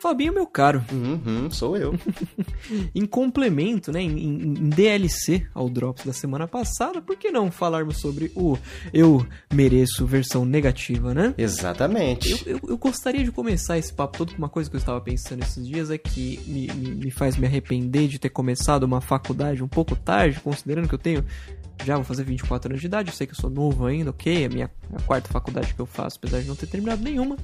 Fabinho, meu caro. Uhum, sou eu. em complemento, né, em, em DLC ao Drops da semana passada, por que não falarmos sobre o Eu Mereço versão negativa, né? Exatamente. Eu, eu, eu gostaria de começar esse papo todo com uma coisa que eu estava pensando esses dias, é que me, me, me faz me arrepender de ter começado uma faculdade um pouco tarde, considerando que eu tenho já vou fazer 24 anos de idade, eu sei que eu sou novo ainda, ok? É a minha a quarta faculdade que eu faço, apesar de não ter terminado nenhuma.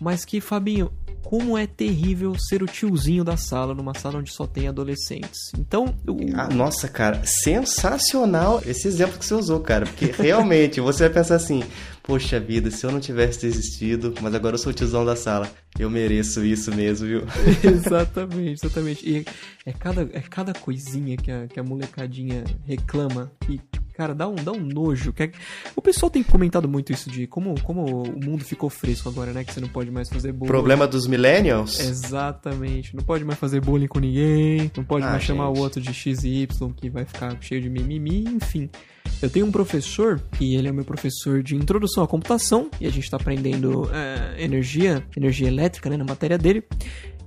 Mas que, Fabinho, como é terrível ser o tiozinho da sala numa sala onde só tem adolescentes. Então, eu... ah, nossa, cara, sensacional esse exemplo que você usou, cara, porque realmente você vai pensar assim: poxa vida, se eu não tivesse desistido, mas agora eu sou o tiozão da sala, eu mereço isso mesmo, viu? exatamente, exatamente. E é cada, é cada coisinha que a, que a molecadinha reclama e cara, dá um, dá um nojo. O pessoal tem comentado muito isso de como, como o mundo ficou fresco agora, né? Que você não pode mais fazer bullying. Problema dos millennials? É, Exatamente. Não pode mais fazer bullying com ninguém, não pode ah, mais gente. chamar o outro de X e Y, que vai ficar cheio de mimimi, enfim. Eu tenho um professor, e ele é o meu professor de introdução à computação, e a gente tá aprendendo uh, energia, energia elétrica, né, na matéria dele.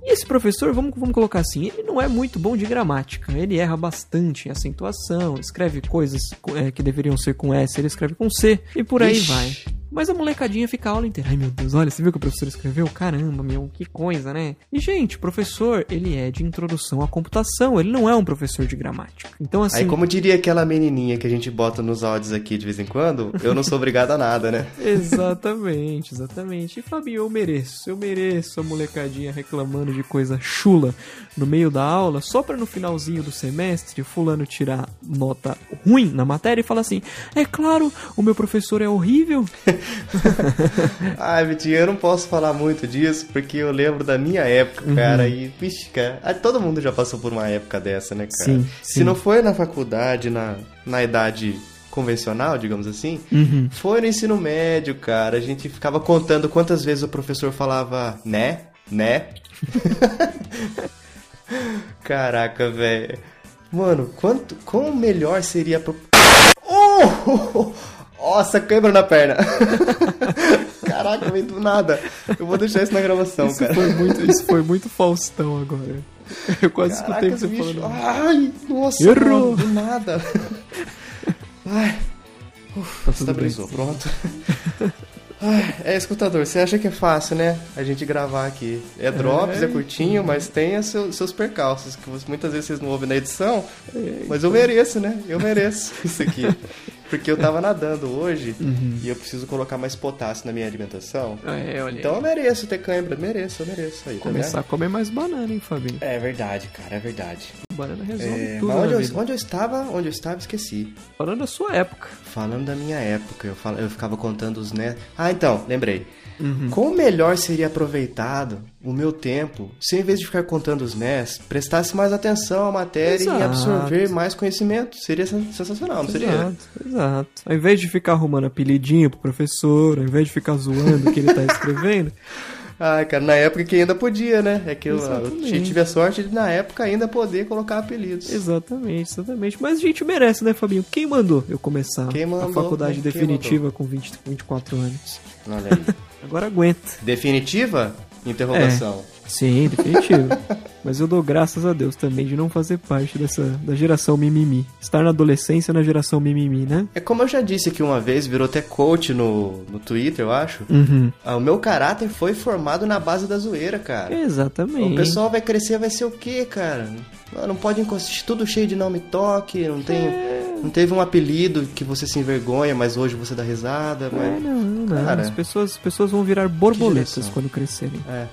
E esse professor, vamos, vamos colocar assim, ele não é muito bom de gramática. Ele erra bastante em acentuação, escreve coisas é, que deveriam ser com S, ele escreve com C, e por aí Ixi. vai. Mas a molecadinha fica a aula inteira. Ai meu Deus, olha, você viu o que o professor escreveu? Caramba, meu, que coisa, né? E, gente, o professor, ele é de introdução à computação, ele não é um professor de gramática. Então, assim. Aí, como diria aquela menininha que a gente bota nos áudios aqui de vez em quando, eu não sou obrigado a nada, né? exatamente, exatamente. E, Fabinho, eu mereço, eu mereço a molecadinha reclamando de coisa chula no meio da aula, só pra no finalzinho do semestre, Fulano tirar nota ruim na matéria e falar assim: é claro, o meu professor é horrível. Ai, Vitinho, eu não posso falar muito disso porque eu lembro da minha época, cara. Uhum. E, vixe, cara, ah, todo mundo já passou por uma época dessa, né, cara? Sim, Se sim. não foi na faculdade, na, na idade convencional, digamos assim, uhum. foi no ensino médio, cara. A gente ficava contando quantas vezes o professor falava né, né. Caraca, velho. Mano, quanto, quão melhor seria a pro... Oh! Nossa, câimbra na perna. Caraca, vem do nada. Eu vou deixar isso na gravação, isso cara. Foi muito, isso foi muito Faustão agora. Eu quase Caraca, escutei você bicho. falando. Ai, nossa, Errou. Mano, do nada. Ai. Uf, Tá tudo estabilizou, bem. pronto. Ai, é, escutador, você acha que é fácil, né? A gente gravar aqui. É drops, é, curtinho, mas tem os seus, seus percalços, que você- muitas vezes vocês não ouvem na edição. É, Mas eu mereço, né? Eu mereço isso aqui. Porque eu tava nadando hoje Uhum. e eu preciso colocar mais potássio na minha alimentação. É, olha. aí. Então eu mereço ter cãibra, mereço, eu mereço aí, tá Começar a comer mais banana, hein, Fabinho? vendo? É verdade, cara, é verdade. Banana resolve É, tudo. mas onde na eu, vida. onde eu estava, onde eu estava, esqueci. Falando da sua época. Falando da minha época, eu, fal- eu ficava contando os né. Ah, então, lembrei. Como melhor seria aproveitado o meu tempo se, em vez de ficar contando os NES, prestasse mais atenção à matéria e Exato. absorver mais conhecimento? Seria sen- sensacional, não seria? Exato, exato. Ao invés de ficar arrumando apelidinho pro professor, ao invés de ficar zoando o que ele tá escrevendo, Ah, cara, na época que ainda podia, né? É que eu, eu Exatamente. t- tive a sorte de, na época, ainda poder colocar apelidos. Exatamente, exatamente. Mas a gente merece, né, Fabinho? Quem mandou eu começar Quem a mandou, faculdade né? Quem definitiva com 20, 24 anos? Olha aí. Agora aguenta. Definitiva? Interrogação. É. Sim, definitivo. Mas eu dou graças a Deus também de não fazer parte dessa da geração mimimi. Estar na adolescência na geração mimimi, né? É como eu já disse aqui uma vez, virou até coach no, no Twitter, eu acho. Uhum. Ah, o meu caráter foi formado na base da zoeira, cara. Exatamente. O pessoal vai crescer, vai ser o quê, cara? Ah, Não pode encostar, tudo cheio de não me toque, não tem... É. Não teve um apelido que você se envergonha, mas hoje você dá risada, É, mas... não, não, não. Cara. As pessoas, as pessoas vão virar borboletas geração. quando crescerem. É.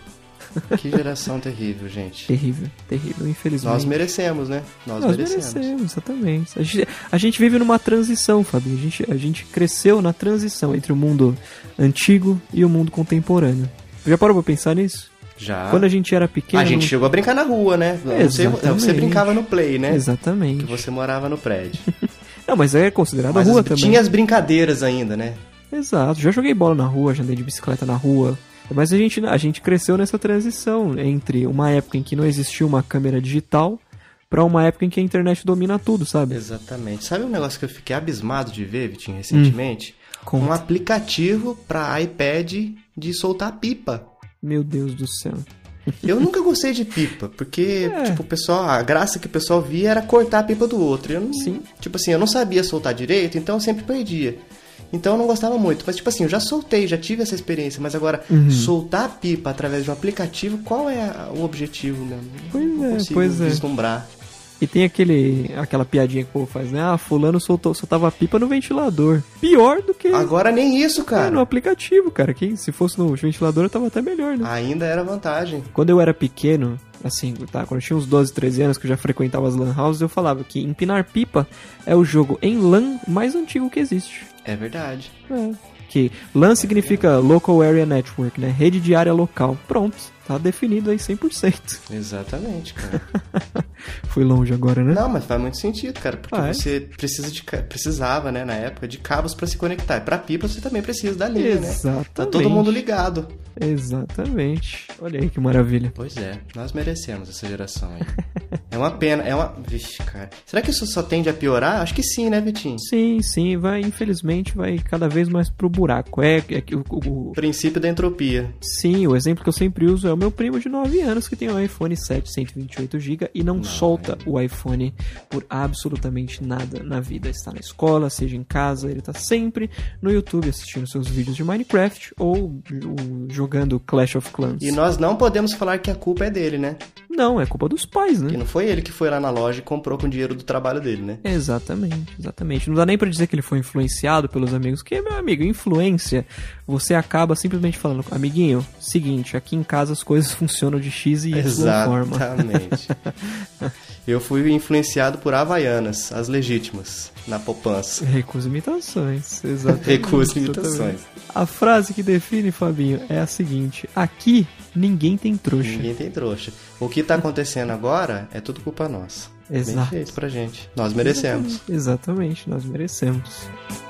Que geração terrível, gente. Terrível, terrível, infelizmente. Nós merecemos, né? Nós, Nós merecemos. exatamente. A gente, a gente vive numa transição, Fabinho. A gente, a gente cresceu na transição entre o mundo antigo e o mundo contemporâneo. Já parou pra pensar nisso? Já. Quando a gente era pequeno. Ah. a gente chegou a brincar na rua, né? Você, você Exatamente. brincava no play, né? Exatamente. Que você morava no prédio. Não, mas é considerado Mas rua as- também. tinha as brincadeiras ainda, né? Exato. Já joguei bola na rua, já andei de bicicleta na rua. Mas a gente, a gente cresceu nessa transição entre uma época em que não existia uma câmera digital pra uma época em que a internet domina tudo, sabe? Exatamente. Sabe um negócio que eu fiquei abismado de ver, Vitinho, recentemente? Hum. Conta. Um aplicativo pra iPad de soltar pipa. Meu Deus do céu. Eu nunca gostei de pipa, porque, É. tipo, o pessoal, a graça que o pessoal via era cortar a pipa do outro. Eu não, Sim. Tipo assim, eu não sabia soltar direito, então eu sempre perdia. Então eu não gostava muito. Mas, tipo assim, eu já soltei, já tive essa experiência, mas agora, Uhum. soltar a pipa através de um aplicativo, qual é a- o objetivo mesmo? Pois não é, consigo pois é. vislumbrar. E tem aquele, aquela piadinha que o povo faz, né? Ah, fulano soltou, soltava a pipa no ventilador. Pior do que Agora nem isso, Ah, cara. no aplicativo, cara. Que se fosse no ventilador, eu tava até melhor, né? Ainda era vantagem. Quando eu era pequeno, assim, tá, quando eu tinha uns 12, 13 anos que eu já frequentava as lan houses, eu falava que Empinar Pipa é o jogo em lan mais antigo que existe. É verdade. É. Que LAN significa Local Area Network, né? Rede de área local. Pronto, tá definido aí 100%. Exatamente, cara. Fui longe agora, né? Não, mas faz muito sentido, cara, porque Ah, é? você precisa de ca- precisava, né, na época, de cabos pra se conectar. E pra pipa você também precisa da linha, né? Exatamente. Tá todo mundo ligado. Exatamente. Olha aí que maravilha. Pois é, nós merecemos essa geração aí. é uma pena, é uma. Vixe, cara. Será que isso só tende a piorar? Acho que sim, né, Vitinho? Sim, sim, vai, infelizmente, vai cada vez mais pro buraco. É, é que o- o, O princípio da entropia. Sim, o exemplo que eu sempre uso é o meu primo de 9 anos que tem um iPhone 7 128GB e não, solta o iPhone por absolutamente nada na vida. Está na escola, seja em casa, ele está sempre no YouTube assistindo seus vídeos de Minecraft ou o- jogando Clash of Clans. E nós não podemos falar que a culpa é dele, né? Não, é culpa dos pais, Que né? não foi ele que foi lá na loja e comprou com o dinheiro do trabalho dele, né? Exatamente, exatamente. Não dá nem pra dizer que ele foi influenciado pelos amigos, que, meu amigo, influência, você acaba simplesmente falando, amiguinho, seguinte, aqui em casa as coisas funcionam de X e Y forma. Exatamente. Eu fui influenciado por Havaianas, as legítimas, na poupança. Recusa imitações, exatamente. Recusa imitações. A frase que define, Fabinho, é a seguinte: aqui ninguém tem trouxa. Ninguém tem trouxa. O que tá acontecendo agora é tudo culpa nossa. Exato. Bem feito pra gente. Nós merecemos. Exatamente, nós merecemos.